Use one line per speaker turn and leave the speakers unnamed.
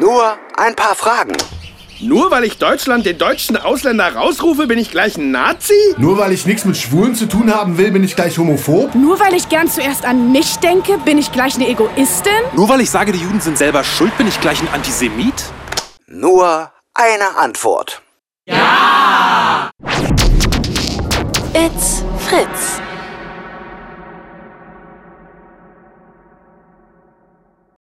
Nur ein paar Fragen.
Nur weil ich Deutschland den deutschen Ausländer rausrufe, bin ich gleich ein Nazi?
Nur weil ich nichts mit Schwulen zu tun haben will, bin ich gleich homophob?
Nur weil ich gern zuerst an mich denke, bin ich gleich eine Egoistin?
Nur weil ich sage, die Juden sind selber schuld, bin ich gleich ein Antisemit?
Nur eine Antwort.
It's Fritz.